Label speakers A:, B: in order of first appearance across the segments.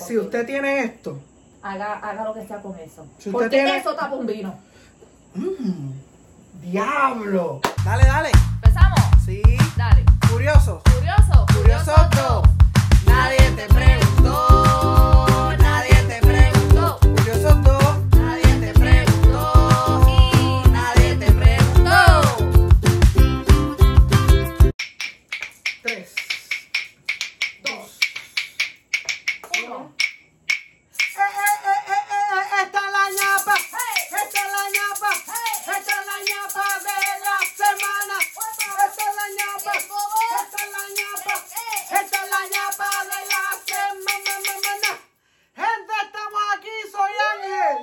A: si usted tiene esto,
B: Haga, haga lo que sea con eso.
A: Si usted
B: Porque
A: tiene-
B: eso tapa un vino.
A: mm, diablo.
C: Dale, dale.
B: Empezamos.
C: Sí.
B: Dale.
C: Curioso.
B: Curioso.
C: Curioso todo. Nadie te preguntó. Nadie te preguntó. Curioso todo. Nadie te preguntó. Nadie te preguntó.
A: Tres.
B: Dos. Uno.
C: Eh, eh, eh, eh, eh, Esta es la ñapa. Esta es la ñapa. Esta es la ñapa de la semana. Esta es la ñapa. Esta es la ñapa. Esta es la ñapa de la semana. Gente, estamos aquí. Soy Ángel.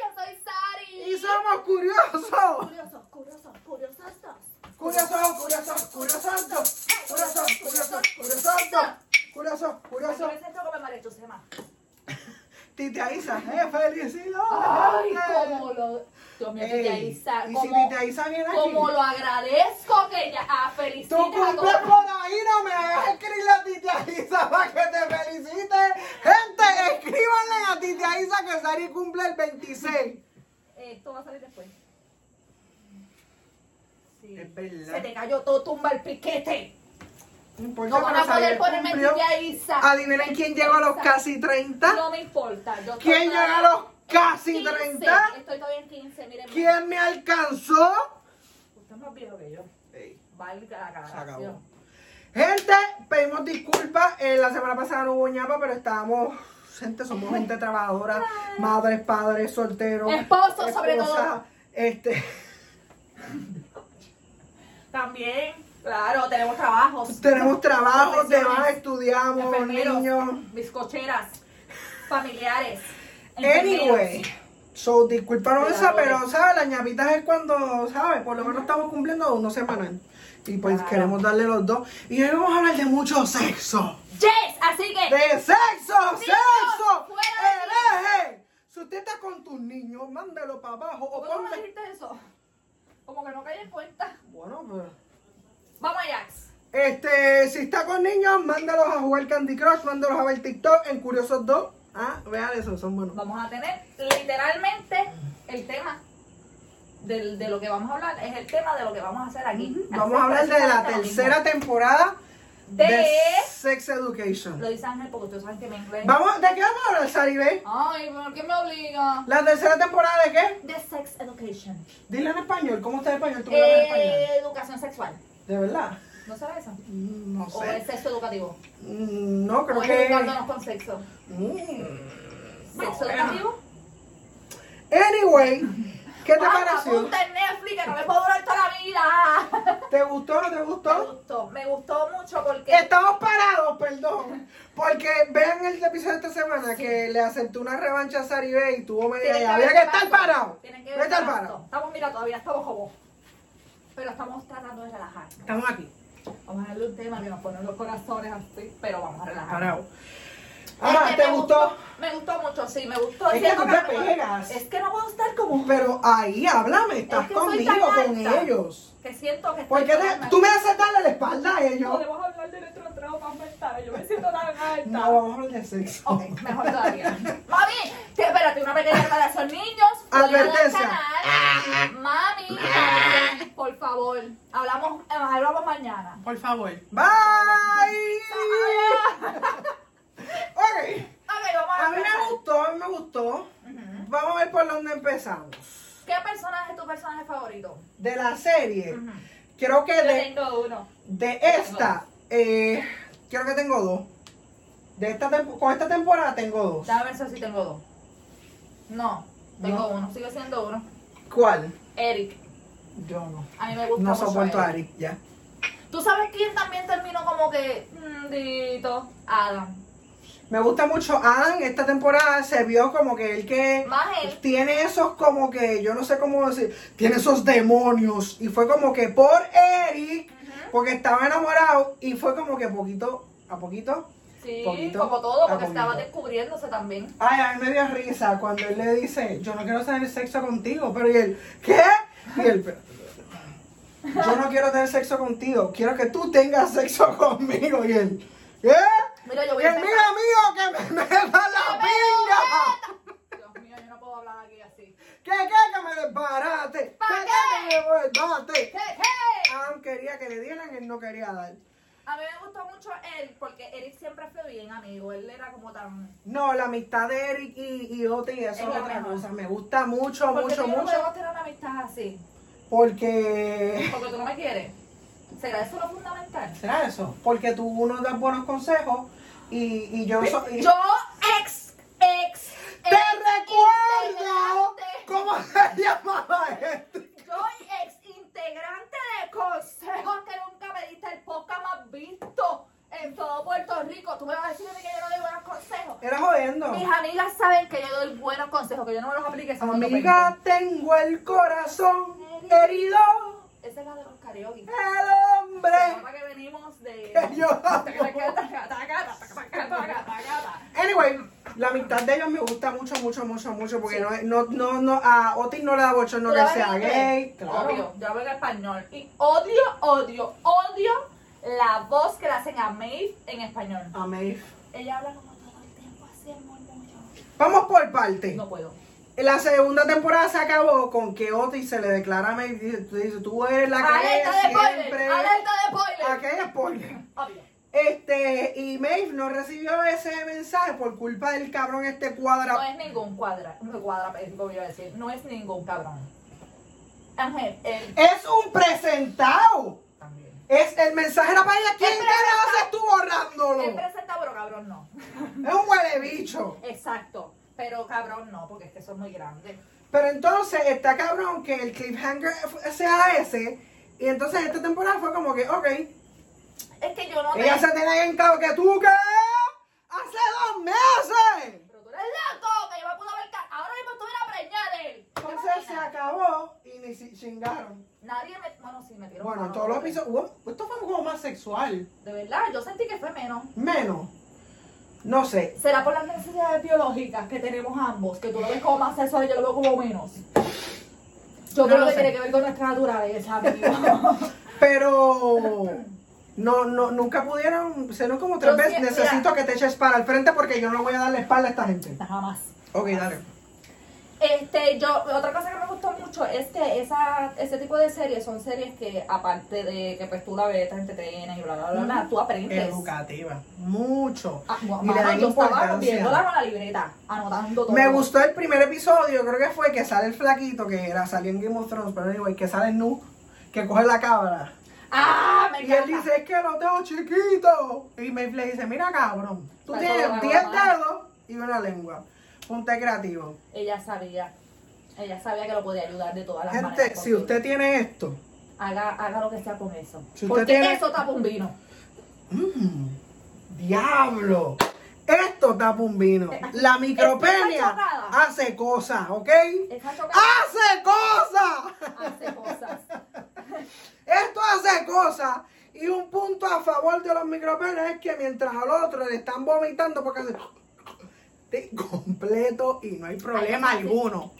B: Yo soy Sari.
A: Y somos curiosos.
B: Curiosos, curiosos, curiosos dos.
A: Curiosos, curiosos, curiosos. dos. Curiosos, curiosos, curiosos. dos. Curiosos, curiosos.
B: Yo me siento como María Chusema.
A: Tita Isa, eh, felicidades.
B: Ay, cómo lo. Dios mío, Tita
A: Ey,
B: Isa,
A: Y si
B: cómo-
A: Tita Isa viene aquí.
B: Como lo agradezco que ella ah, felicita
A: Tú
B: a
A: cumples
B: todos.
A: por ahí, no me hagas escribirle a Tita Isa para que te felicite. Gente, escríbanle a Tita Isa que Sari cumple el 26.
B: Eh, Esto va a salir después. Sí.
A: Es
B: Se
A: verdad.
B: te cayó todo, tumba el piquete.
A: No importa,
B: No van a
A: pero
B: poder
A: Sari
B: ponerme
A: cumplió.
B: Tita Isa.
A: Adivinen quién llegó a los casi 30.
B: No me importa. Yo
A: ¿Quién
B: estoy todavía
A: llega a los
B: en
A: casi
B: 15.
A: 30?
B: Estoy todavía en 15, miren.
A: ¿Quién me alcanzó?
B: Usted es más viejo que yo.
A: Ey,
B: Valga la cara.
A: se acabó. Gente, pedimos disculpas. eh, la semana pasada no hubo ñapa, pero estábamos. Gente, somos gente trabajadora, madres, padres, solteros.
B: Esposos, sobre
A: esposas,
B: todo.
A: Este.
B: También, claro, tenemos trabajos.
A: Tenemos trabajos,
B: Profesiones.
A: demás estudiamos,
B: Enfermeros,
A: niños.
B: bizcocheras, familiares.
A: Anyway.
B: enfermeros.
A: So, disculparon esa,
B: Cuidadores.
A: pero, ¿sabes? Las ñapitas es cuando, ¿sabes? Por lo menos estamos cumpliendo uno semanal. Y pues
B: Claro.
A: queremos darle los dos. Y hoy vamos a hablar de mucho sexo.
B: Yes, así que.
A: ¡De sexo! ¡Sexo!
B: Eh, fuera
A: ¡Hereje! Si usted está con tus niños, mándelo para abajo o
B: ¿Cómo me
A: ponle.
B: dijiste eso? Como que no caí en cuenta.
A: Bueno, pero.
B: Vamos Ajax.
A: Este, si está con niños, mándalos a jugar Candy Crush, mándalos a ver TikTok en Curiosos 2. Ah, vean eso, son buenos.
B: Vamos a tener literalmente el tema del- de lo que vamos a hablar. Es el tema de lo que vamos a hacer aquí.
A: Vamos a hablar de la tercera temporada
B: De-
A: de Sex Education.
B: Lo dice Ángel porque ustedes saben que me inglés.
A: Vamos, ¿de qué vamos a hablar, Saribé?
B: Ay, ¿por qué me obliga?
A: ¿La tercera temporada de qué?
B: De sex education.
A: Dile en español, ¿cómo está en español? ¿Tú me hablas en español?
B: Eh, educación sexual.
A: ¿De verdad?
B: ¿No sabes eso?
A: Mm, No
B: ¿O es
A: sé.
B: sexo educativo?
A: Mm, No, creo
B: ¿O es
A: que...
B: educándonos con sexo?
A: Mm, no,
B: ¿Sexo
A: bueno.
B: educativo?
A: Anyway, ¿qué te
B: Ah,
A: pareció?
B: apunta en Netflix que no me puedo durar toda la vida.
A: ¿Te gustó o no te
B: Me
A: gustó?
B: gustó, me gustó mucho porque
A: Estamos parados, perdón. Porque vean el episodio de esta semana que le aceptó una revancha a Saribé y tuvo media.
B: tienen
A: llave. Había
B: ver
A: que
B: qué
A: estar
B: pasó.
A: parado.
B: Tienen que
A: Había que
B: ver
A: estar
B: qué
A: parado.
B: pasó. Estamos, mira, todavía estamos como. Pero estamos tratando de relajar.
A: Estamos aquí.
B: Vamos a darle un tema que nos ponen los corazones así, pero vamos a relajar.
A: Parado. Ahora, ¿te
B: me
A: gustó?
B: Me gustó mucho, sí, me gustó.
A: Es que
B: Siento
A: tú te
B: me puedo-
A: pegas.
B: Es que no puedo estar como.
A: Pero ahí háblame, estás
B: Es que soy
A: conmigo,
B: tan
A: con
B: alta.
A: ellos.
B: Que siento que.
A: ¿Por qué
B: estoy
A: te-
B: tan-
A: tú me haces darle la espalda a ellos?
B: Podemos hablar de nuestro trauma mental. Yo me siento tan alta.
A: No, vamos a hablar de sexo.
B: Ok, mejor todavía. Mami, te- espérate, una pequeña aclaración. Niños, fuera del
A: Advertencia.
B: canal. Mami, también, por favor, hablamos, eh, hablamos mañana.
A: Por favor. Bye. Ok.
B: Ok, vamos a
A: A mí
B: empezar.
A: me gustó, a mí me gustó.
B: Ujú.
A: Vamos a ver por dónde empezamos.
B: ¿Qué personaje es tu personaje favorito?
A: De la serie,
B: Ujú.
A: creo que
B: Yo
A: de,
B: tengo uno.
A: de esta, eh, creo que tengo dos. De esta tempo- con esta temporada tengo dos.
B: Déjame ver si tengo dos. No, tengo
A: No.
B: uno, sigue siendo uno.
A: ¿Cuál?
B: Eric.
A: Yo no.
B: A mí me gusta
A: No
B: mucho
A: soporto a
B: Eric.
A: Eric, ya.
B: ¿Tú sabes quién también terminó como que... mm, Dito? Adam.
A: Me gusta mucho Adam, esta temporada se vio como que él que
B: Más él.
A: tiene esos como que, yo no sé cómo decir, tiene esos demonios. Y fue como que por Eric,
B: Ujú.
A: porque estaba enamorado, y fue como que poquito a poquito.
B: Sí,
A: Poquito
B: como todo,
A: a
B: porque estaba
A: poquito.
B: descubriéndose también.
A: Ay, a mí me dio risa cuando él le dice, yo no quiero tener sexo contigo, pero y él, ¿qué? Y él, "Pero, yo no quiero tener sexo contigo, quiero que tú tengas sexo conmigo. Y él, ¿qué?
B: Mira, yo
A: Y
B: voy a
A: él,
B: empezar.
A: mira, amigo, que me, me da salvaste.
B: ¿Qué? ¿Qué?
A: Adam quería que le dieran, él no quería dar.
B: A mí me gustó mucho él porque Eric siempre fue bien amigo. Él era como tan.
A: No, la amistad de Eric y, y Oti, eso
B: Es
A: es
B: la
A: otra
B: mejor.
A: cosa. Me gusta mucho,
B: Porque
A: mucho,
B: tú y yo no
A: mucho.
B: podemos tener una amistad así.
A: Porque.
B: Porque tú no me quieres. ¿Será eso lo fundamental?
A: ¿Será eso? Porque tú no das buenos consejos y, y yo soy.
B: Yo, ex, ex.
A: ¡Te recuerdo! ¿Cómo se llamaba esto?
B: Yo, ex integrante de consejos que nunca me diste el podcast más visto en todo Puerto Rico. Tú me vas a decir a mí que yo no doy buenos consejos.
A: Era jodiendo.
B: Mis amigas saben que yo doy buenos consejos, que yo no me los aplique. son
A: Amiga, tengo el corazón herido.
B: independientes. Esa es la de los karaoke.
A: El hombre
B: Ahora que venimos de.
A: que yo amo.
B: Yo
A: Anyway, la amistad de ellos me gusta mucho, mucho, mucho, mucho. Porque no, no, no, no, a Otis no le da bochorno que sea gay. Claro.
B: Obvio, yo hablo en español. Y odio, odio, odio la voz que le hacen a Maeve en español.
A: A Maeve.
B: Ella habla como todo el tiempo así, el murmullo.
A: Vamos por parte.
B: No puedo.
A: La segunda temporada se acabó con que Otis se le declara a Maeve. Dice, tú- dice, tú eres la que
B: Alerta de
A: siempre.
B: spoiler, alerta de spoiler.
A: Aquella spoiler.
B: Obvio.
A: Este, y Maeve no recibió ese mensaje por culpa del cabrón este cuadra.
B: No es ningún cuadra, no cuadra, es lo que iba a decir, no es ningún cabrón. Ángel, él
A: Es un presentado.
B: también.
A: Es el mensaje era para ella. ¿Quién
B: Es
A: carajo estuvo
B: Él
A: borrándolo?
B: presenta, pero cabrón no.
A: Es un huele bicho.
B: Exacto, pero cabrón no, porque es que son muy grandes.
A: Pero entonces está cabrón que el cliffhanger fu- sea ese. Y entonces esta temporada fue como que, ok,
B: Es que yo no
A: ella
B: tengo-
A: se tiene en cabo que tú que hace dos meses.
B: Pero tú eres loco, que yo me pude haber ca- Ahora mismo estuviera preñada de él. ¿Te
A: Entonces se
B: imaginas?
A: acabó y ni si- chingaron.
B: Nadie me. Bueno, sí, me tiró.
A: Bueno, en
B: mano,
A: todos los
B: porque-
A: episodios, hubo- esto fue como más sexual.
B: De verdad, yo sentí que fue menos.
A: Menos. No sé.
B: ¿Será por las necesidades biológicas que tenemos ambos? Que tú lo ves como más sexual y yo lo veo como menos. Yo
A: No
B: creo
A: lo
B: que
A: sé.
B: tiene que ver con nuestra naturaleza, amigo.
A: Pero no, no, nunca pudieron, se como tres
B: Yo
A: veces,
B: sí-
A: necesito que te eches para el frente porque yo no voy a darle espalda a esta gente.
B: Nada más.
A: Ok, dale.
B: Este, yo, otra cosa que me gustó mucho es que esa, ese tipo de series son series que, aparte de que pues tú la ves, te entretienes y bla, bla, bla, bla, tú aprendes.
A: Educativa. Mucho.
B: Ah, no,
A: Y le
B: mamá,
A: dan
B: yo
A: importancia.
B: estaba viéndola con la libreta, anotando todo.
A: Me gustó el primer episodio, creo que fue que sale el flaquito, que era, salió en Game of Thrones, pero anyway, que sale nu, que coge la cámara.
B: ¡Ah! Me
A: Y él
B: encanta.
A: dice, es que lo tengo chiquito. Y Maeve le dice, mira cabrón, tú
B: Pero
A: tienes
B: eso lo
A: 10
B: hago mal.
A: dedos y una lengua. Punta creativo.
B: Ella sabía. Ella sabía que lo podía ayudar de todas las maneras.
A: Gente, si
B: posibles.
A: usted tiene esto,
B: Haga, haga lo que sea con eso.
A: Si usted
B: Porque
A: tiene-
B: eso tapa un vino.
A: Mm, ¡Diablo! Esto tapa un vino.
B: Eh,
A: La micropenia
B: Estoy chocada.
A: hace cosas, ¿ok?
B: Está chocada.
A: ¡Ah! ¡Hace cosas!
B: Hace cosas.
A: Esto hace cosas. Y un punto a favor de los micropenias es que mientras al otro le están vomitando porque hace de- completo y no hay problema
B: Ay, no, sí.
A: alguno.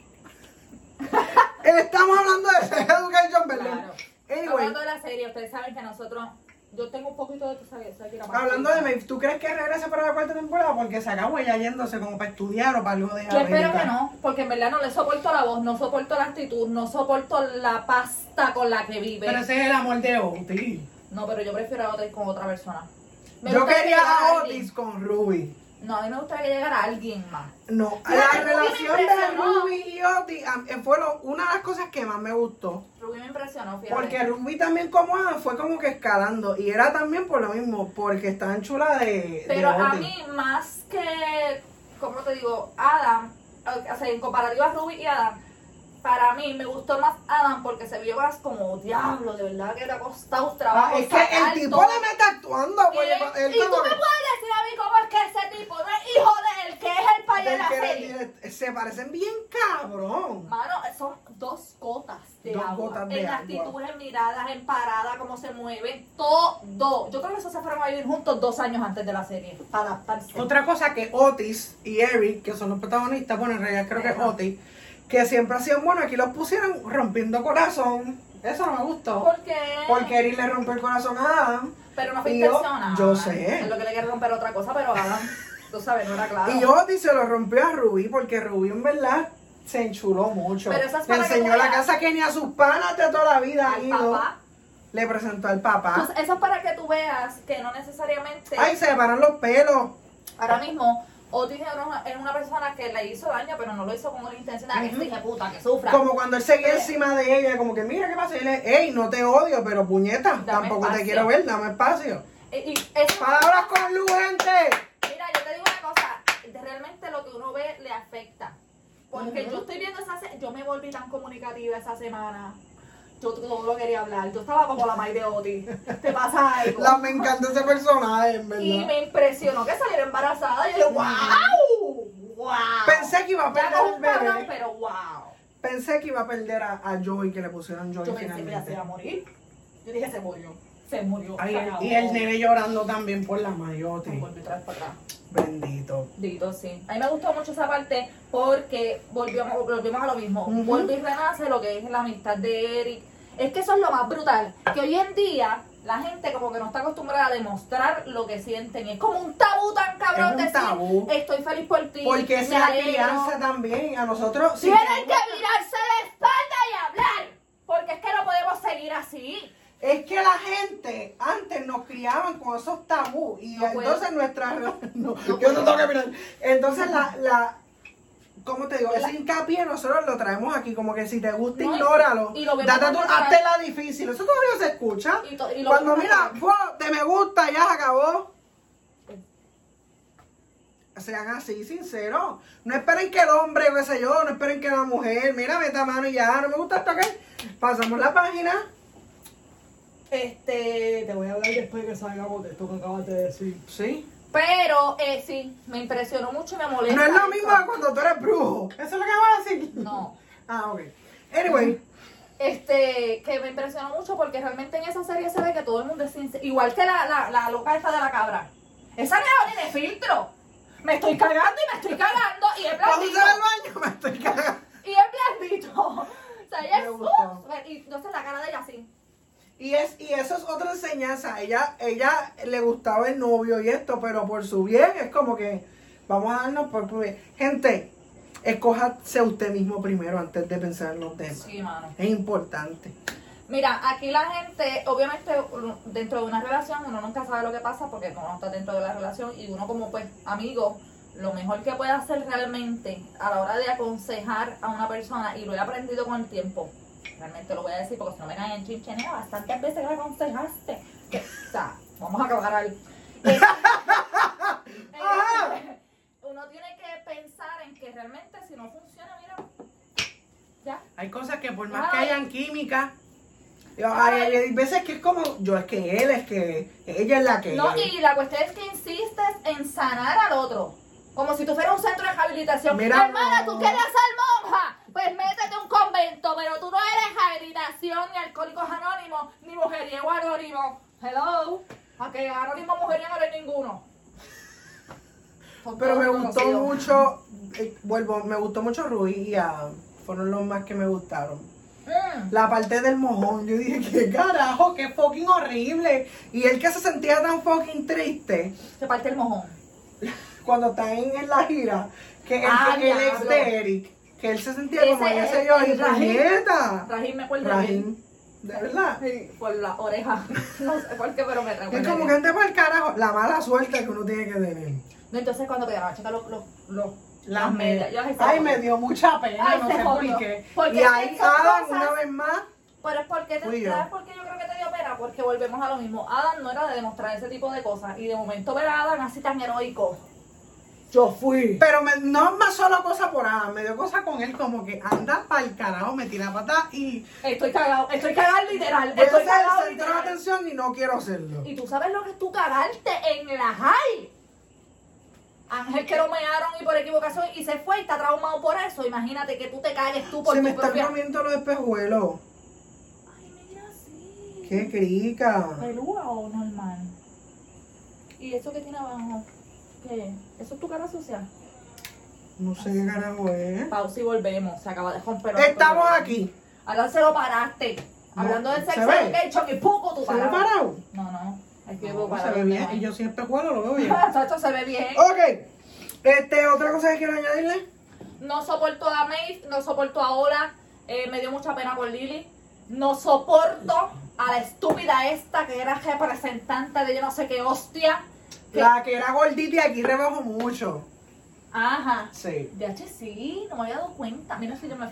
A: Estamos hablando de sex education, ¿verdad?
B: Claro.
A: Anyway,
B: Hablando de la serie, ustedes saben que nosotros. Yo tengo un poquito de tu sabiduría aquí, la más
A: Hablando de Maeve, ¿tú crees que regrese para la cuarta temporada? Porque se acabó ella yéndose como para estudiar o para algo de
B: Yo espero
A: América.
B: que no, porque en verdad no le soporto la voz, no soporto la actitud, no soporto la pasta con la que vive.
A: Pero ese es el amor de Otis.
B: No, pero yo prefiero a Otis con otra persona. Me
A: Yo
B: gustaría
A: quería
B: que llegara
A: a
B: alguien.
A: Otis con Ruby.
B: No, a mí me gustaría que llegara alguien más.
A: No,
B: Pero
A: la
B: Ruby me
A: relación de
B: impresionó.
A: Ruby y Otis am- eh, fue lo- una de las cosas que más me gustó.
B: Rubí me impresionó, fíjate.
A: Porque Ruby también como Adam fue como que escalando. Y era también por lo mismo, porque estaba en chula de, de
B: Pero a
A: Otis.
B: mí, más que, ¿cómo te digo? Adam, o sea, en comparativa a Ruby y Adam, para mí me gustó más Adam porque se vio más como diablo, de verdad que le ha costado
A: Ah,
B: trabajo.
A: es que el
B: sacar
A: tipo
B: todo".
A: le mete actuando.
B: Y
A: porque
B: él-
A: él
B: y tú me
A: como
B: puedes
A: que-
B: decir a mí cómo es que ese tipo no es hijo de él, que es el payo de
A: del
B: la
A: que era el
B: serie.
A: direct- se parecen bien cabrón.
B: Mano, son dos gotas de
A: Dos
B: agua.
A: gotas de
B: en
A: agua.
B: actitudes, en miradas, en paradas, cómo se mueven, todo. Yo creo que esos se fueron a vivir juntos dos años antes de la serie, para adaptarse.
A: Otra cosa que Otis y Eric, que son los protagonistas, bueno, en realidad creo que es
B: Ajá.
A: Otis, que siempre hacían bueno, aquí los pusieron rompiendo corazón. Eso no me gustó.
B: ¿Por qué?
A: Porque Eric le rompió el corazón a Adam.
B: Pero no fue
A: Y yo-
B: intencional.
A: yo sé.
B: Es lo que le quiere romper otra cosa, pero Adam, tú sabes, no era claro.
A: Y Otis se lo rompió a Ruby, porque Ruby en verdad se enchuló mucho.
B: Pero eso es
A: le
B: para que
A: enseñó
B: tú
A: la
B: veas.
A: casa que ni a sus panas de toda la vida ha
B: Al
A: ido.
B: papá.
A: Le presentó al papá.
B: Entonces, eso es para que tú veas que no necesariamente
A: Ay, se le paran los pelos.
B: ahora mismo Otis era una, era una persona que le hizo daño, pero no lo hizo con una intencional.
A: Ujú.
B: Este hijo de puta que sufra.
A: Como cuando él seguía
B: Pero-
A: encima de ella, como que mira qué pasa. Y él es, hey, no te odio, pero puñeta,
B: Dame
A: tampoco te
B: espacio.
A: quiero ver, dame espacio.
B: Y- y eso-
A: Palabras con luz, gente.
B: Mira, yo te digo una cosa, realmente lo que uno ve le afecta. Porque
A: Ujú.
B: yo estoy viendo esa se- yo me volví tan comunicativa esa semana. Yo todo lo quería hablar, yo estaba como la May de Oti. Te pasa algo.
A: La, me encanta ese personaje, en verdad.
B: y me impresionó que saliera embarazada. Yo dije, wow, wow.
A: Pensé que iba a
B: ya
A: perder
B: no
A: al
B: un cabrón,
A: bebé.
B: pero wow.
A: Pensé que iba a perder a, a Joey, que le pusieron Joey
B: Yo pensé que ya se
A: finalmente.
B: iba a morir. Yo dije, se murió, se murió.
A: Ay,
B: se
A: el-
B: acabó.
A: y el nene llorando también por la
B: Me
A: mayote.
B: volví otra vez para atrás.
A: Bendito.
B: Dito, sí. A mí me gustó mucho esa parte porque volvimos, volvimos a lo mismo.
A: Ujú.
B: Vuelve y renace lo que es la amistad de Eric. Es que eso es lo más brutal. Que hoy en día la gente como que no está acostumbrada a demostrar lo que sienten. Es como un tabú tan cabrón
A: Es un
B: decir,
A: tabú.
B: estoy feliz por ti.
A: Porque esa
B: me
A: es la
B: alegro".
A: crianza también. A nosotros. sí,
B: Tienen que virarse de espalda y hablar. Porque es que no podemos seguir así.
A: Es que la gente antes nos criaban con esos tabú y
B: No puedo.
A: entonces nuestra no, yo no tengo que mirar. Entonces la, la ¿cómo te digo? Ese hincapié nosotros lo traemos aquí, como que si te gusta,
B: No, y-
A: ignóralo.
B: y lo vemos
A: Date tu,
B: natural.
A: hazte la difícil. Eso todavía se escucha.
B: Y to- y lo
A: Cuando
B: vemos
A: mira,
B: natural.
A: ¡buah! te me gusta, ya se acabó. Sean así, sinceros. No esperen que el hombre, qué sé yo, no esperen que la mujer, mira, meta mano y ya, no me gusta esto que. Pasamos la página.
B: Este,
C: Eh, Te voy a hablar después que salgamos de esto que acabas de decir.
A: Sí.
B: pero eh, sí, me impresionó mucho y me molesta.
A: No es lo
B: eso.
A: mismo que cuando tú eres brujo. Eso es lo que vas a decir.
B: No.
A: Ah, ok. Anyway,
B: Este, que me impresionó mucho porque realmente en esa serie se ve que todo el mundo es sincero. Igual que la, la, la loca esta de la cabra. Esa no ni de filtro. Me estoy cagando y me estoy cagando y es
A: cuando se
B: blandito.
A: va al baño me estoy cagando.
B: Y es blandito. O sea, ella
A: Me
B: es
A: gustó.
B: ¡uh! Y entonces la cara de ella así.
A: Y, es, y eso es otra enseñanza. Ella, ella le gustaba el novio y esto, pero por su bien es como que vamos a darnos por su bien. Gente, escójase usted mismo primero antes de pensar en los demás.
B: Sí, mano.
A: Es importante.
B: Mira, aquí la gente, obviamente, uno- dentro de una relación uno nunca sabe lo que pasa porque uno no está dentro de la relación y uno como pues amigo, lo mejor que puede hacer realmente a la hora de aconsejar a una persona, y lo he aprendido con el tiempo, realmente lo voy a decir porque si no me caen en chinche, nena, bastantes veces que me aconsejaste. Que, o sea, vamos a acabar ahí. Eh,
A: Ajá.
B: eh, uno tiene que pensar en que realmente si no funciona, mira, ya.
A: Hay cosas que por
B: más que hayan
A: química. Hay, hay veces que es como, yo es que él, es que ella es la que...
B: No, y la cuestión es que insistes en sanar al otro. Como si tú fueras un centro de rehabilitación.
A: Mira,
B: Hermana,
A: no.
B: tú quieres ser monja. Pues métete a un convento, pero tú no eres rehabilitación, ni alcohólicos anónimos, ni mujeriego anónimo. Hello. A que anónimo mujeriego no hay ninguno. Son
A: Pero
B: todos
A: me gustó
B: conocidos.
A: mucho, eh, vuelvo, me gustó mucho Ruiz y Adam. Fueron los más que me gustaron.
B: Mm.
A: La parte del mojón, yo dije, qué carajo, qué fucking horrible. Y él que se sentía tan fucking triste
B: Se parte el mojón.
A: cuando está en, en la gira, que el,
B: Ah,
A: que el ex
B: diablo.
A: de Eric, que él se sentía
B: Ese
A: como ella
B: es
A: se yo, y
B: el Rahim.
A: puñeta.
B: Rajim me acuerdo de él.
A: Rahim, de verdad.
B: Sí, Por la oreja. No sé por qué, pero me recuerda.
A: Es
B: de
A: como
B: él.
A: que anda para el carajo, la mala suerte que uno tiene que tener.
B: No, Entonces cuando te daban chica los, los, los- las yo les-
A: Ay, me dio mucha pena,
B: Ay,
A: no
B: se
A: sé
B: jodió.
A: por qué.
B: Porque
A: Y ahí
B: son
A: Adam,
B: cosas-
A: una vez más.
B: Pero es porque te,
A: Fui yo.
B: ¿sabes por qué yo creo que te dio pena? Porque volvemos a lo mismo. Adam no era de demostrar ese tipo de cosas. Y de momento ver a Adam así tan heroico. Yo fui.
A: Pero me- no más solo cosa por Adam, me dio cosa con él como que anda para el carajo, me tira pata y
B: Estoy cagado. Estoy cagado literal.
A: voy a ser
B: Estoy cagado
A: el centro de
B: literal.
A: atención y no quiero hacerlo.
B: Y tú sabes lo que es tú cagarte en la high. Ángel que lo mearon y por equivocación y se fue y está traumado por eso. Imagínate que tú te cagues tú por
A: Se
B: tu
A: me están
B: propia...
A: comiendo los espejuelos.
B: Ay, mira, sí.
A: Qué crica.
B: ¿Pelúa o normal? ¿Y eso que tiene abajo? ¿Qué? ¿Eso es tu cara sucia?
A: No sé qué carajo es.
B: Pausa y volvemos. Se acaba de romper.
A: Estamos aquí.
B: Ahora se lo paraste.
A: No,
B: Hablando del
A: ¿se
B: sexo
A: ve?
B: education y poco tu
A: ¿Se ve
B: parado.
A: parado?
B: No, no. Es que
A: No,
B: no,
A: se ve bien. Y yo Oh. sin espejuelo lo veo bien.
B: Esto se ve bien.
A: Ok. Este, otra cosa que quiero añadirle.
B: No soporto a Maeve, no soporto a Ola, eh, me dio mucha pena por Lily. No soporto a la estúpida esta que era representante de yo no sé qué hostia. que-
A: La que era gordita y aquí rebajo mucho.
B: Ajá.
A: Sí.
B: De H sí, no me había dado cuenta. Mira si yo me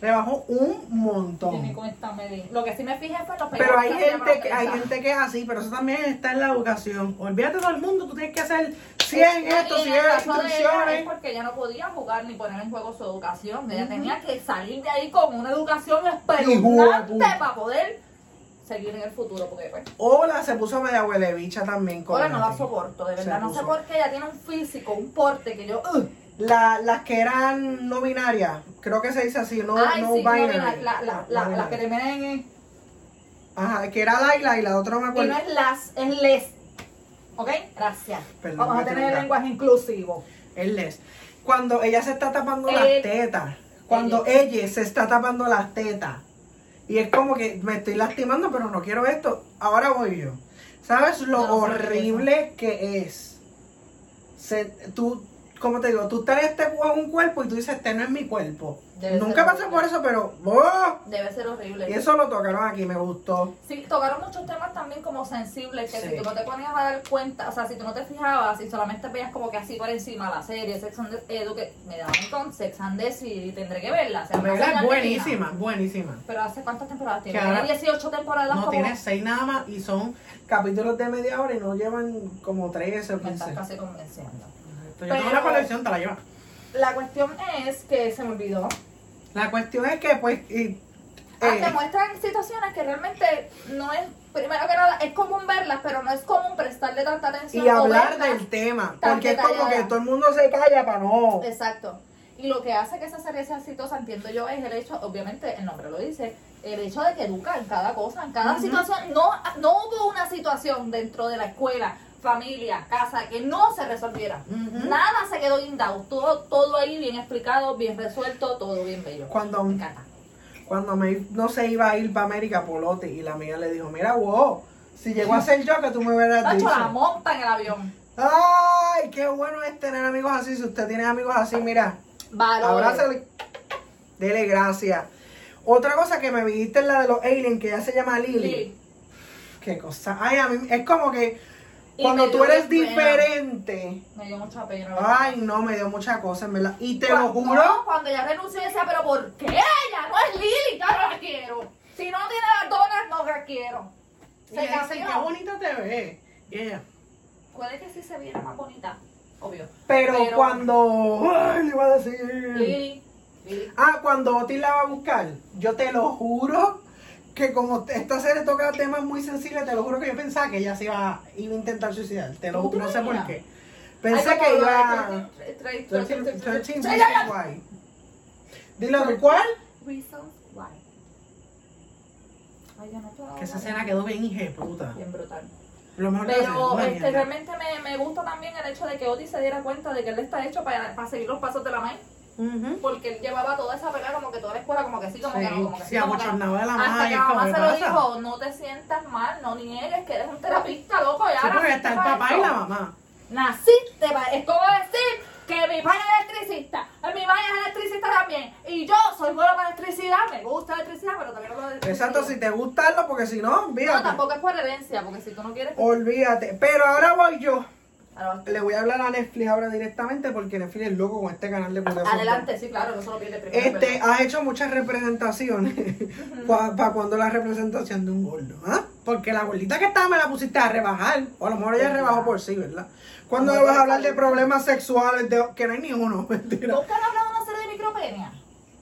A: Rebajo un
B: yo ni
A: montón.
B: cuenta me di. Lo que sí me fijé fue en los
A: Pero hay
B: peinados
A: gente,
B: que ella
A: que, hay
B: utilizaba.
A: gente que es así, pero eso también está en la educación. Olvídate todo el mundo, tú tienes que hacer 100 esto,
B: Y
A: 100 las
B: caso de ella es
A: instrucciones.
B: porque ella no podía jugar ni poner en juego su educación. Ella tenía que salir de ahí con una educación espeluznante
A: puta.
B: para poder seguir en el futuro. Porque, pues,
A: Ola se puso media huele bicha también.
B: ahora no la
A: cóbrate.
B: soporto, de
A: Se
B: verdad. No sé
A: puso.
B: por qué ella tiene un físico, un porte que yo. ugh.
A: La- las que eran no binarias, creo que se dice así, no,
B: Ay,
A: no
B: sí, no,
A: binary.
B: mira, la, la, la,
A: No
B: la que
A: binary.
B: le meten en-
A: Ajá, Ah, que era Laila y la otra no me
B: Y
A: acuerdo.
B: no es las, es les. ¿Ok? Gracias.
A: Perdón,
B: Vamos a
A: me
B: tener el
A: equivoqué.
B: lenguaje inclusivo.
A: Es les. Cuando ella se está tapando
B: Eh,
A: las tetas. Cuando ella. se está tapando las tetas. Y es como que me estoy lastimando, pero no quiero esto. Ahora voy yo. ¿Sabes lo
B: No, no,
A: horrible que es? Se- tú, como te digo, tú estás en este, cu- un cuerpo y tú dices, este no es mi cuerpo.
B: Debe
A: Nunca
B: ser
A: pasé
B: horrible.
A: por eso, pero... ¡oh!
B: Debe ser horrible.
A: Y eso lo tocaron aquí, me gustó.
B: Sí, tocaron muchos temas también como sensibles, que
A: Sí.
B: si tú no te ponías a dar cuenta, o sea, si tú no te fijabas, si solamente veías como que así por encima la serie Sex and the Edu, que me daban con Sex and the City, tendré que verla. o sea,
A: La
B: me
A: novela
B: hacen
A: es
B: la
A: buenísima,
B: rutina.
A: buenísima.
B: Pero ¿hace cuántas temporadas tiene?
A: Que ahora-
B: Tiene 18 temporadas
A: No,
B: como...
A: tiene seis nada más y son capítulos de media hora y no llevan como 13 o
B: Me
A: 15.
B: estás casi convenciendo.
A: Yo tengo
B: Pero-
A: la colección, te la lleva.
B: La cuestión es que se me olvidó.
A: La cuestión es que, pues, y,
B: Ah,
A: eh,
B: Te muestran situaciones que realmente no es, primero que nada, es común verlas, pero no es común prestarle tanta atención.
A: y
B: o
A: hablar
B: verlas.
A: del tema,
B: tan
A: porque es como que
B: detallada.
A: todo el mundo se calla para no.
B: Exacto. Y lo que hace que esa serie sea exitosa, entiendo yo, es el hecho, obviamente el nombre lo dice, el hecho de que educa en cada cosa, en cada situación. No, no hubo una situación dentro de la escuela, familia, casa, que no se resolviera.
A: Ujú.
B: Nada se quedó guindado. Todo, todo ahí bien explicado, bien resuelto, todo bien bello.
A: Cuando,
B: Me encanta.
A: cuando me, no se iba a ir para América Polote y la amiga le dijo, mira, wow, si llegó a ser yo que tú me hubieras
B: Nacho, la
A: dicho.
B: monta en el avión.
A: Ay, qué bueno es tener amigos así. Si usted tiene amigos así, mira,
B: Valor.
A: Abrázale. Dele gracias. Otra cosa que me viste es la de los aliens, que ya se llama Lily.
B: Lily.
A: Qué cosa. Ay, a mí es como que
B: Y
A: cuando
B: me
A: tú
B: dio
A: eres
B: pena.
A: diferente.
B: Me dio mucha pena.
A: Ay, no, me dio muchas cosas, en verdad. Y te lo
B: Cuando-
A: juro.
B: Cuando ella renunció, yo decía, pero ¿por qué? Ella no es Lili, yo no la quiero. Si no tiene las donas, no la quiero.
A: Y le dicen,
B: cambió.
A: qué bonita te ves. Y ella,
B: Puede que sí se viera más bonita, obvio.
A: Pero,
B: Pero-
A: cuando. Ay, le iba a decir.
B: Lili, Lili.
A: Ah, cuando Otis la va a buscar, yo te lo juro que como esta serie toca temas muy sensibles, te lo juro que yo pensaba que ella se iba, iba a intentar suicidar. Te lo
B: ¿Tú te
A: juro, no sé por
B: imaginas?
A: qué. Pensé
B: Ay,
A: que
B: como
A: iba
B: lo
A: a...
B: de 13, 13,
A: 13
B: 13,
A: 13
B: Sí, ya, ya.
A: Reasons Why. Dilo, ¿de ¿cuál?
B: Reasons why. Ay, ya no te
A: Que esa escena quedó bien puta.
B: Bien brutal.
A: Lo mejor de la serie,
B: Pero
A: una
B: este,
A: mierda.
B: realmente me, me gusta también el hecho de que Otis se diera cuenta de que él está hecho para, para seguir los pasos de la May.
A: Ujú.
B: porque él llevaba toda esa pelea como que toda la escuela como que sí, como que no, como que
A: Sí,
B: sí,
A: sí,
B: como que no.
A: abochornado de la
B: Hasta
A: madre.
B: que
A: es
B: la
A: como,
B: mamá
A: ¿qué
B: se lo
A: pasa?
B: dijo, no te sientas mal, no niegues que eres un terapista, loco, y
A: Sí,
B: ahora
A: porque está el
B: naciste para
A: papá y
B: esto.
A: la mamá.
B: Naciste para... Es como decir que mi padre es electricista, eh, mi madre es electricista también, y yo soy bueno para electricidad, me gusta la electricidad, pero también no puedo
A: Exacto, si te gusta algo, porque si no,
B: No,
A: olvídate.
B: tampoco es por herencia, porque si tú no quieres...
A: Olvídate. Pero ahora voy yo.
B: Ahora vas tú.
A: Oh, Le voy a hablar a Netflix ahora directamente porque Netflix es loco con este canal de cultura.
B: Adelante, sí, claro, que eso lo pierde primero.
A: Este,
B: pero-
A: has hecho muchas representaciones. ¿Para cuándo la representación de un gordo? ¿ah? Porque la gordita que estaba me la pusiste a rebajar. O a lo mejor ella rebajó por sí, ¿verdad? Cuando
B: Ajá.
A: vas a hablar de problemas sexuales, de- que no hay ni uno, mentira.
B: ¿Nunca han hablado de una serie de micropenia?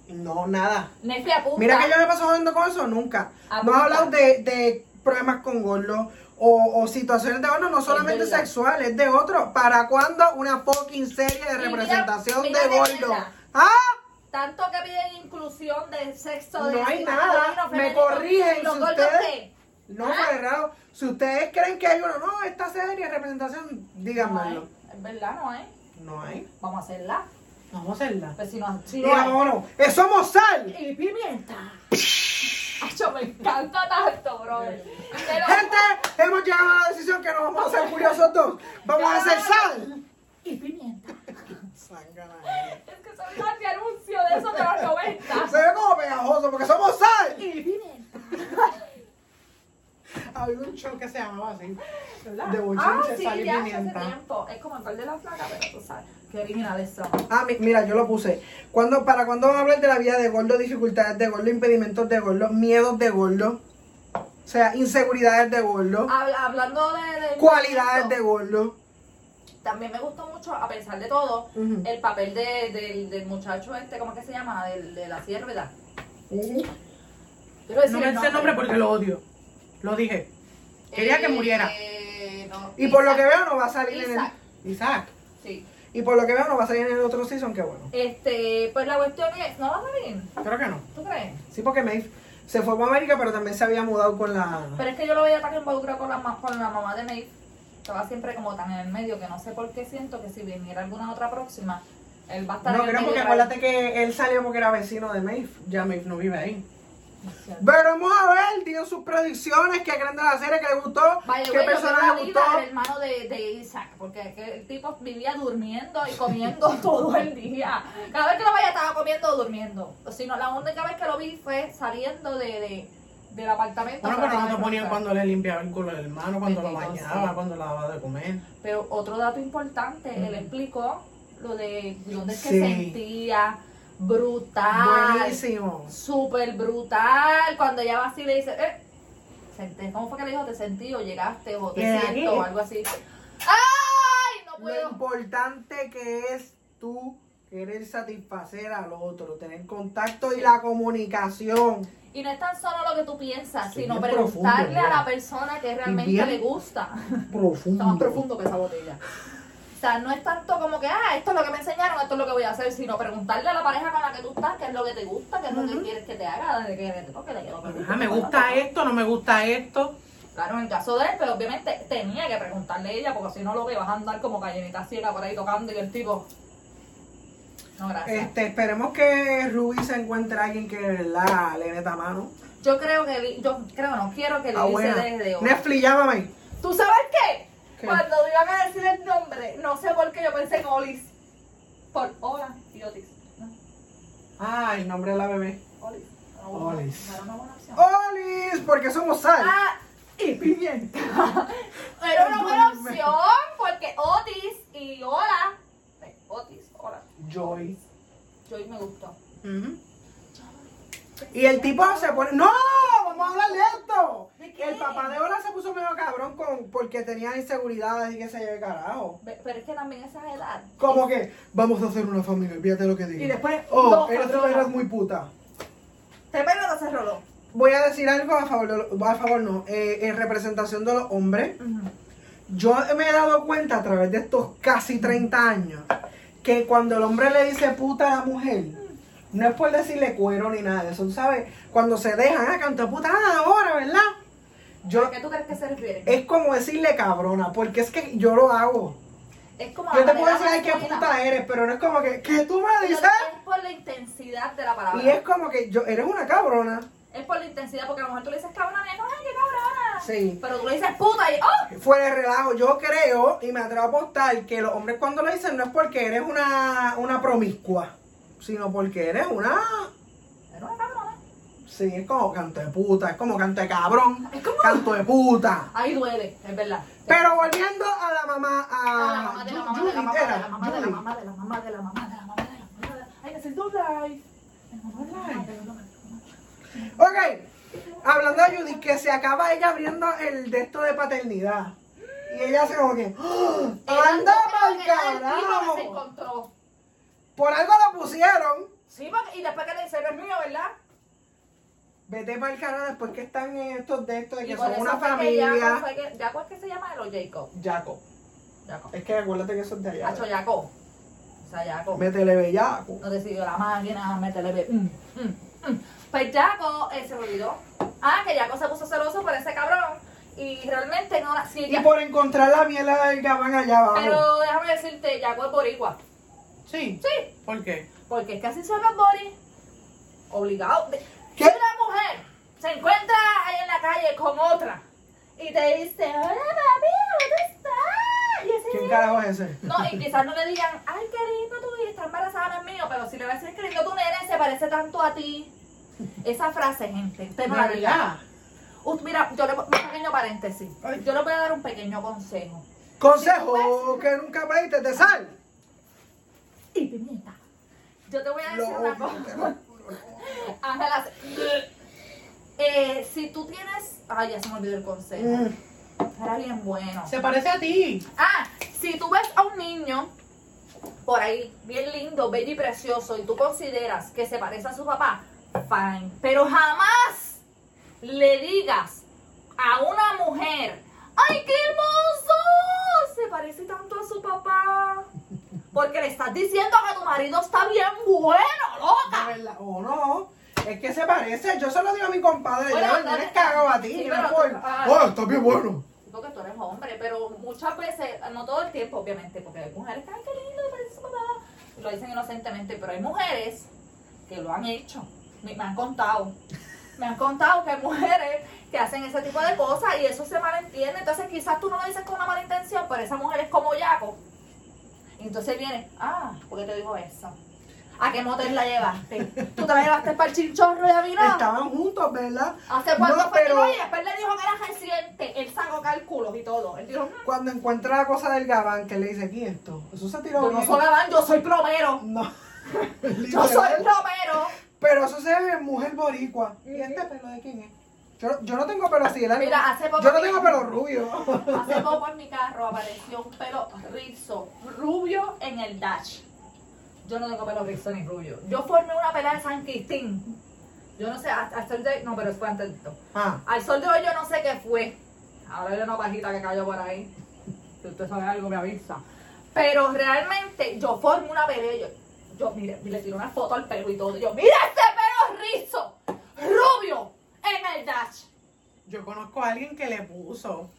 A: No, nada.
B: Netflix apunta.
A: Mira que yo me paso jodiendo con eso nunca.
B: Apunta.
A: No he hablado de, de problemas con gordos o, o situaciones de gordos, no solamente
B: verdad.
A: sexuales, de otros. ¿Para cuándo una fucking serie de
B: mira-
A: representación
B: mira
A: de
B: qué
A: gordos?
B: mierda.
A: ¡Ah!
B: Tanto que piden inclusión de sexo de
A: No hay
B: masculino,
A: nada. Me
B: femenino,
A: corrigen
B: los
A: si
B: gordos
A: ustedes-
B: qué?
A: No,
B: Ah.
A: fue raro. Si ustedes creen que hay uno, no, esta serie de representación,
B: No
A: díganmelo.
B: hay. Es verdad, no hay.
A: No hay.
B: Vamos a hacerla.
A: Vamos a hacerla.
B: Pues si no, si
A: Y
B: no hay.
A: vámonos. ¡Eh, ¡Somos sal!
B: Y pimienta. Acho, me encanta tanto, bro.
A: Gente, hemos llegado a la decisión que no vamos a ser curiosos dos. Vamos a hacer sal.
B: Y pimienta.
A: Sangana.
B: Es que son más de anuncio de eso de los 90.
A: Se ve como pegajoso porque somos sal y viven.
B: Ah,
A: Había un show que se llamaba así. De
B: ah,
A: bochinche,
B: sí,
A: sal y
B: ya hace
A: pimienta.
B: tiempo. Es como el par de la flaca, pero tú sabes. Qué originales son.
A: Ah, mi- mira, yo lo puse. Cuando, ¿Para cuándo van a hablar de la vida de gordo, dificultades de gordo, impedimentos de gordo, miedos de gordo? O sea, inseguridades de gordo,
B: Habla- hablando de, de-
A: cualidades de gordo.
B: También me gustó mucho, a pesar de todo,
A: Ujú.
B: el papel de- del, del muchacho este, ¿cómo es que se llama? Del, de la sierva. Quiero decir
C: No me sé el nombre porque lo odio. Lo dije. Quería que muriera.
B: Eh, no,
A: Y por lo
B: Isaac.
A: que veo no va a salir en el...
B: Isaac.
A: Isaac.
B: Sí.
A: Y por lo que veo no va a salir en el otro season, qué bueno.
B: Este, pues la cuestión es, ¿no vas a venir?
A: Creo que no.
B: ¿Tú crees?
A: Sí, porque Maeve se fue a América, pero también se había mudado con la...
B: Pero es que yo lo veía tan involucrado con la, ma- con la mamá de Nate. Estaba siempre como tan en el medio que no sé por qué siento que si viniera alguna otra próxima, él va a estar
A: No,
B: en el
A: creo porque
B: medio.
A: acuérdate que él salió porque era vecino de Maeve. Ya Maeve no vive ahí.
B: Sí.
A: Veremos a ver, digan sus predicciones, qué creen de la serie, qué les gustó,
B: By the
A: qué
B: way, yo
A: personaje
B: quiero
A: les gustó.
B: la vida del hermano de, de Isaac, porque es que el tipo vivía durmiendo y comiendo todo el día. Cada vez que lo veía estaba comiendo o durmiendo. Si no, la única vez que lo vi fue saliendo de, de- del apartamento.
C: Bueno,
B: para
C: pero no
B: la
C: te ponían
B: casa.
C: cuando le limpiaba el culo del hermano, cuando lo
B: Bendito
C: bañaba,
B: sea.
C: cuando le daba de comer.
B: Pero otro dato importante, él explicó lo de dónde es que
A: Sí.
B: sentía brutal,
A: Buenísimo.
B: súper brutal. Cuando ella va así le dice, eh, senté- ¿cómo fue que le dijo? ¿Te sentí o llegaste o te
A: ¿Qué
B: siento
A: aquí?
B: o algo así? ¡Ay! No
A: Lo
B: puedo.
A: importante que es tú querer satisfacer al otro, tener contacto y la comunicación.
B: Y no es tan solo lo que tú piensas,
A: Sí,
B: sino
A: bien profundo,
B: preguntarle
A: mira.
B: a la persona que realmente
A: Bien
B: le gusta. Está más
A: Profundo.
B: profundo que esa botella. O sea, no es tanto como que, ah, esto es lo que me enseñaron, esto es lo que voy a hacer, sino preguntarle a la pareja con la que tú estás qué es lo que te gusta, qué es lo que quieres que te haga, desde que te toque, de que no te
C: Ah,
B: gusta.
C: me gusta esto, no me gusta esto.
B: Claro, en el caso de él, pero obviamente tenía que preguntarle a ella, porque si no lo que vas a andar como gallinita ciega por ahí tocando y el tipo. No, gracias.
A: Este, esperemos que Ruby se encuentre a alguien que de verdad le meta mano.
B: Yo creo que, Lee- yo creo, no quiero que le
A: Ah,
B: dice
A: buena.
B: desde hoy.
A: Netflix, llámame.
B: ¿Tú sabes qué?
A: ¿Qué?
B: Cuando iban a decir el nombre, no sé por qué yo pensé en Olis. Por Ola y Otis. No,
A: Ah, el nombre de la bebé.
B: Olis. Era una buena-
C: Olis.
B: era una buena opción.
A: ¡Olis! Porque somos sal.
B: Ah,
A: y pimienta.
B: era una buena opción porque Otis y Ola. eh, Otis, Ola.
A: Joy.
B: Joy me gustó.
A: Y el tipo se pone. ¡No! ¡Vamos a hablar de esto!
B: ¿De qué?
A: el papá de Ola se puso medio cabrón con, porque tenía inseguridades y que se lleve carajo.
B: Ve- Pero es que también esa es edad.
A: Como que, vamos a hacer una familia, fíjate lo que digo.
B: Y después,
A: oh,
B: no,
A: eres,
B: cabrona.
A: eres muy puta.
B: Te pelo no se roló.
A: Voy a decir algo a favor, de lo- a favor no, eh, en representación de los hombres. Yo me he dado cuenta a través de estos casi 30 años que cuando el hombre le dice puta a la mujer, no es por decirle cuero ni nada de eso, ¿sabes? Cuando se dejan a cantar putada ahora, ¿verdad? Yo,
B: ¿A qué tú crees que se refiere?
A: es como decirle cabrona, porque es que yo lo hago.
B: Es como.
A: Yo
B: la
A: te puedo decir,
B: manera
A: ay, qué
B: masculina,
A: puta eres, pero no es como que, ¿qué tú me
B: pero
A: dices?
B: Es por la intensidad de la palabra.
A: Y es como que yo, eres una cabrona.
B: Es por la intensidad, porque a lo mejor tú le dices cabrona, y es como, ay, qué cabrona.
A: Sí.
B: Pero tú le dices puta y ¡oh!
A: Fuera de relajo, yo creo y me atrevo a apostar que los hombres cuando lo dicen no es porque eres una, una promiscua, sino porque eres una.
B: Era una cabrona.
A: Sí, es como canto de puta, es como canto de cabrón,
B: Es como-
A: canto de puta.
B: Ahí duele, es verdad.
A: Pero volviendo a la mamá,
B: A la
A: a.
B: mamá de la
A: Ju-
B: mamá de la
A: Judy,
B: mamá de
A: era,
B: la mamá de la
A: Judy.
B: mamá de la mamá de la mamá de la mamá de la mamá de la Ay, es el doble. El doble.
A: Ok, hablando de Judy, que se acaba ella abriendo el de esto de paternidad. Y ella hace como que. ¡Ah! ¡Anda pa'l
B: Se
A: carajo!
B: encontró.
A: Por algo lo pusieron.
B: Sí, porque, y después que le dice, eres mío, ¿verdad?
A: Vete para el carajo después que están en estos de estos, de
B: Y
A: que
B: por
A: son
B: eso
A: una
B: Pues fue que pues.
A: familia.
B: Jaco fue que- Jaco es que se llama el o Jacob.
A: Jaco.
B: Jaco.
A: Es que acuérdate que eso es de allá.
B: Hacho Jaco. O sea, Jaco.
A: Métele bellaco.
B: No decidió la máquina, métele. ve- Mm, mm, mm. Pues Jaco eh, se olvidó. Ah, que Jaco se puso celoso por ese cabrón. Y realmente no la. Sí,
A: Y
B: ya-
A: por encontrar la miela del gabán allá abajo.
B: pero déjame decirte, Jaco es boricua.
C: Sí.
B: Sí,
C: ¿Por qué?
B: porque es que así son los boris. Obligado.
A: ¿Qué?
B: Si una mujer se encuentra ahí en la calle con otra y te dice, hola papi, ¿dónde estás? Y ese
A: ¿Quién
B: día-
A: carajo es ese?
B: No, y quizás no le digan, ay querido, tú embarazada no es mío, pero si le va a decir que lindo tu nene se parece tanto a ti. Esa frase, gente, usted no la diga. Ut- mira, yo le un pequeño paréntesis.
A: Ay.
B: Yo le voy a dar un pequeño consejo.
A: Consejo que nunca pediste de sal.
B: Y pimienta. Yo te voy a
A: Lo
B: decir una
A: odio,
B: cosa.
A: te lo
B: Ángela, eh, si tú tienes. Ay, ya se me olvidó el consejo.
A: Mm.
B: Era bien bueno.
C: Se parece a ti.
B: Ah, si tú ves a un niño por ahí, bien lindo, bello y precioso, y tú consideras que se parece a su papá, fine. Pero jamás le digas a una mujer, ¡ay, qué hermoso! Se parece tanto a su papá. Porque le estás diciendo que tu marido está bien bueno,
A: De
B: loca.
A: verdad, O no. Es que se parece. Yo se lo digo a mi compadre.
B: Bueno,
A: yo, no
B: dale.
A: eres cagado a ti.
B: Sí,
A: yo
B: pero-
A: no puedo.
B: ah.
A: Ah, está bien bueno.
B: Porque tú eres hombre, pero muchas veces, no todo el tiempo, obviamente, porque hay mujeres que, ay, qué lindo, parece su papá", lo dicen inocentemente, pero hay mujeres que lo han hecho, me, me han contado, me han contado que hay mujeres que hacen ese tipo de cosas y eso se malentiende, entonces quizás tú no lo dices con una mala intención, pero esa mujer es como Yaco, y entonces viene, ah, ¿por qué te dijo eso? ¿A qué motel la llevaste? ¿Tú te la llevaste para el chinchorro y a mí no?
A: Estaban juntos, ¿verdad?
B: Hace cuánto
A: No,
B: fue que
A: pero-
B: no, y después le dijo que era reciente. Él sacó cálculos y todo. Él dijo, "Mm,
A: Cuando encuentra la cosa del gabán, que le dice, aquí esto? Eso se tiró
B: yo no
A: bien.
B: soy Adán, yo soy plomero.
A: No.
B: Yo soy
A: Literal.
B: plomero.
A: Pero eso se ve mujer boricua. ¿Y este pelo de quién es? Yo, yo no tengo pelo así, largo.
B: Mira, hace poco-
A: Yo no tengo pelo rubio.
B: Hace poco en mi carro apareció un pelo rizo, rubio en el dash. Yo no tengo pelo rizo ni rubio. Yo formé una pelea de San Cristín. Yo no sé, hasta hasta el de. No, pero fue antes de esto.
A: Ah,
B: Al sol de hoy yo no sé qué fue. Ahora hay una pajita que cayó por ahí. Si usted sabe algo, me avisa. Pero realmente yo formo una pelea. Yo, yo mire, le tiro una foto al pelo y todo. Yo, mira este pelo rizo, rubio, en el dash.
A: yo conozco a alguien que le puso.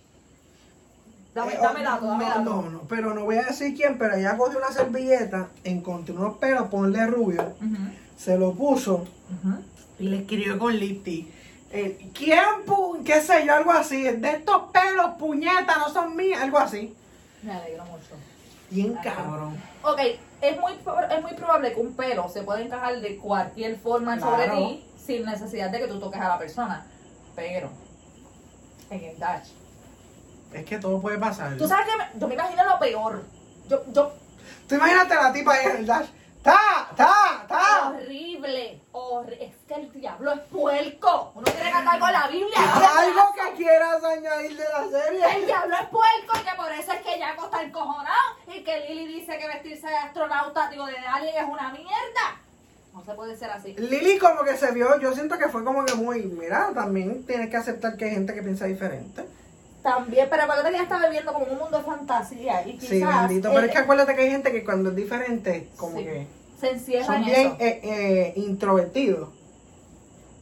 B: Dame,
A: Eh,
B: dame
A: oh,
B: dato, dame
A: no,
B: dato.
A: No, no, pero no voy a decir quién, pero ella cogió una servilleta, encontró unos pelos, ponle rubio,
B: Ujú,
A: se lo puso
B: ujú.
A: y le escribió con lipstick. eh, ¿Quién, pu- qué sé yo, algo así? De estos pelos, puñetas, no son míos, algo así.
B: Me alegro mucho.
A: Bien cabrón.
B: Ok, es muy, pro- es muy probable que un pelo se pueda encajar de cualquier forma sobre
A: Claro.
B: ti sin necesidad de que tú toques a la persona. Pero, en el dash.
A: Es que todo puede pasar.
B: Tú
A: Tú,
B: sabes que me- yo me imagino lo peor. Yo, yo,
A: imagínate a la tipa ahí en el dash. ¡Ta! ¡Ta!
B: Ah.
A: ¡Ta!
B: horrible, horri- Es que el diablo es puerco. Uno tiene que andar con la Biblia.
A: Algo que quieras añadir de la
B: El
A: serie.
B: diablo es puerco y que por eso es que Jaco está encojonado y que Lili dice que vestirse de astronauta, digo, de alien es una mierda. No se puede ser así.
A: Lili como que se vio, yo siento que fue como que muy, mira, también tienes que aceptar que hay gente que piensa diferente.
B: También, pero acuérdate que ella está viviendo como un mundo de fantasía y quizás
A: Sí, bendito, pero
B: él
A: es que acuérdate que hay gente que cuando es diferente, como
B: Sí.
A: que
B: se encierra
A: son
B: en
A: bien
B: eso.
A: eh, eh, introvertidos,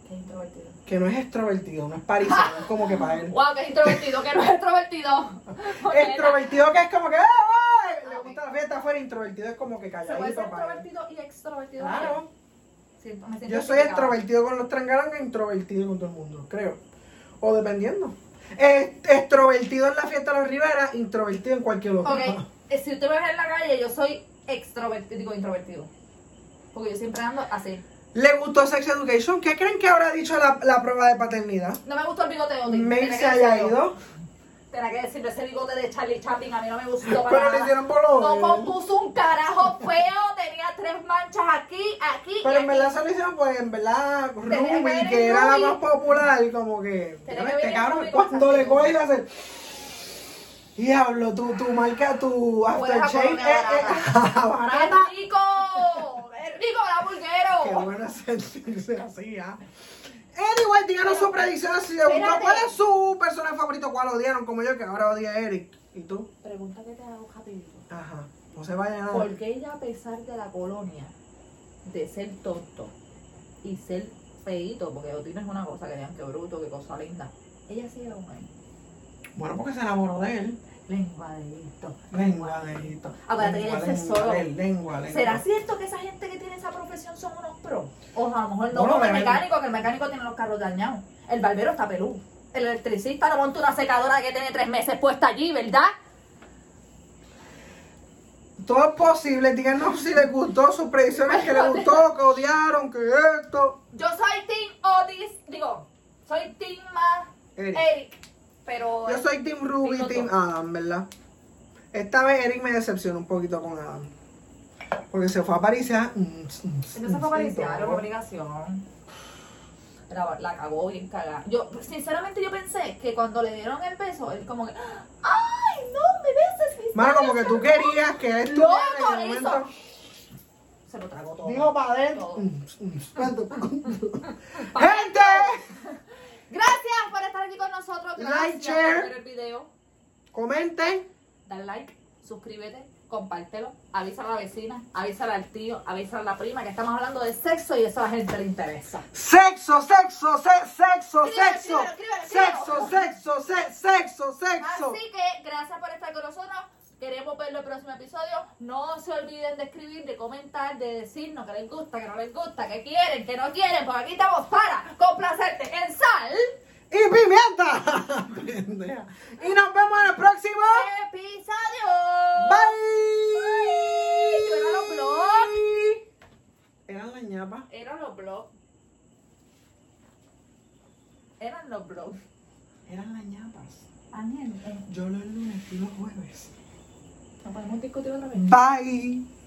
B: Qué introvertido.
A: que no es extrovertido, no es parisano, es como que para él.
B: Wow, que es introvertido, que no es extrovertido.
A: Extrovertido que es como que, ¡ah, ah!
B: Ah,
A: Le
B: ok.
A: gusta la fiesta afuera, introvertido es como que
B: Se puede ser
A: calladito para él.
B: introvertido y extrovertido.
A: Claro,
B: Siento- me siento
A: yo soy
B: identificada.
A: extrovertido con los trangarangas, e introvertido con todo el mundo, creo. O dependiendo. Eh, extrovertido en la fiesta de los Rivera, introvertido en cualquier otro.
B: Ok, eh, si usted me ve en la calle, yo soy extrovertido, digo introvertido. Porque yo siempre ando así.
A: ¿Le gustó Sex Education? ¿Qué creen que habrá dicho la, la prueba de paternidad?
B: No me gustó el bigote de Otis.
A: Mel
B: tenía
A: se
B: que
A: haya
B: decirlo.
A: ido.
B: Tenía que decirlo, ese bigote de Charlie Chaplin a mí no me gustó para
A: Pero le
B: nada.
A: hicieron por lo
B: No
A: menos.
B: compuso un carajo feo, tenía tres manchas aquí, aquí y
A: Pero en
B: aquí.
A: verdad se lo hicieron, pues en verdad,
B: Tenía que
A: Ruby,
B: ver
A: que
B: el
A: era la
B: Ruby.
A: más popular, como que.
B: Tenía
A: "Mira,
B: que
A: Este
B: ver el
A: cabrón,
B: Ruby con
A: cuando le
B: Santiago.
A: coge y le hace. Diablo, tu, tu marca, tu
B: Huele a
A: aftershave eh,
B: colonia
A: es- es barata.
B: ¡Qué rico! ¡Qué rico la
A: Qué
B: burguero!
A: bueno es sentirse así, ¿ah? Anyway, díganos su predicción si les gustó.
B: Espérate.
A: ¿Cuál es su personaje favorito? ¿Cuál odiaron? Como yo, que ahora odia a Eric. ¿Y tú?
B: Pregunta que te hago, rapidito.
A: Ajá. No se vayan a.
B: Porque ella, a pesar de la colonia, de ser tonto y ser feíto, porque Otín es una cosa que digan que bruto, que cosa linda, ella sí era humana.
A: Bueno, porque se enamoró de él.
B: Lenguadeito.
A: Lengua, dedito.
B: Acuérdate Ah, que
A: Lengua,
B: él es
A: lengua,
B: solo.
A: lengua, Lengua, lengua.
B: ¿Será cierto que esa gente que tiene esa profesión son unos pros? O a lo mejor no,
A: Bueno,
B: como el
A: pero-
B: mecánico, que el mecánico tiene los carros dañados. El barbero está pelú. El electricista no monta una secadora que tiene tres meses puesta allí, ¿verdad?
A: Todo es posible. Díganos si les gustó sus predicciones, que les gustó, que odiaron, que esto.
B: Yo soy Team Otis, digo, soy Team más
A: Eric.
B: Eric. Pero
A: Yo soy Team Ruby,
B: Digo
A: Team
B: todo.
A: Adam, ¿verdad? Esta vez Eric me decepcionó un poquito con Adam. Porque se fue a París. ah, mm, mm,
B: entonces
A: mm,
B: fue para
A: y
B: iniciar
A: todo.
B: una obligación. La, la cagó bien cagada. Yo, pues, sinceramente, yo pensé que cuando le dieron el beso, él como que, ¡ay, no me beses! mis
A: Mano,
B: labios
A: como que
B: son
A: tú querías que él
B: Loco,
A: estuviera en el
B: hizo.
A: momento.
B: Se lo tragó todo.
A: Dijo para adentro.
B: Todo.
A: mm, mm, cuando- ¡Gente!
B: Gracias por estar aquí con nosotros. Gracias
A: Like, share.
B: por ver el video.
A: Comenten.
B: Dale like, suscríbete, compártelo, avisa a la vecina, avisa al tío, avisa a la prima que estamos hablando de sexo y eso a la gente le interesa.
A: Sexo, sexo, se- sexo,
B: Escríbelo,
A: sexo.
B: escríbelo,
A: Sexo,
B: escríbelo, Ah,
A: sexo, se- sexo, sexo.
B: Así que gracias por estar con nosotros. Queremos ver el próximo episodio. No se olviden de escribir, de comentar, de decirnos que les gusta, que no les gusta, que quieren, que no quieren, porque aquí estamos para complacerte en sal.
A: Y pimienta. Pendeja. y nos vemos en el próximo.
B: Episodio.
A: Bye.
B: Yo era los blogs.
A: Eran las ñapas.
B: Eran los blogs. Eran los blogs.
A: Eran las ñapas.
B: Ángel, eh,
A: Yo los lunes y los jueves.
B: ¿no podemos discutir otra vez?
A: Bye.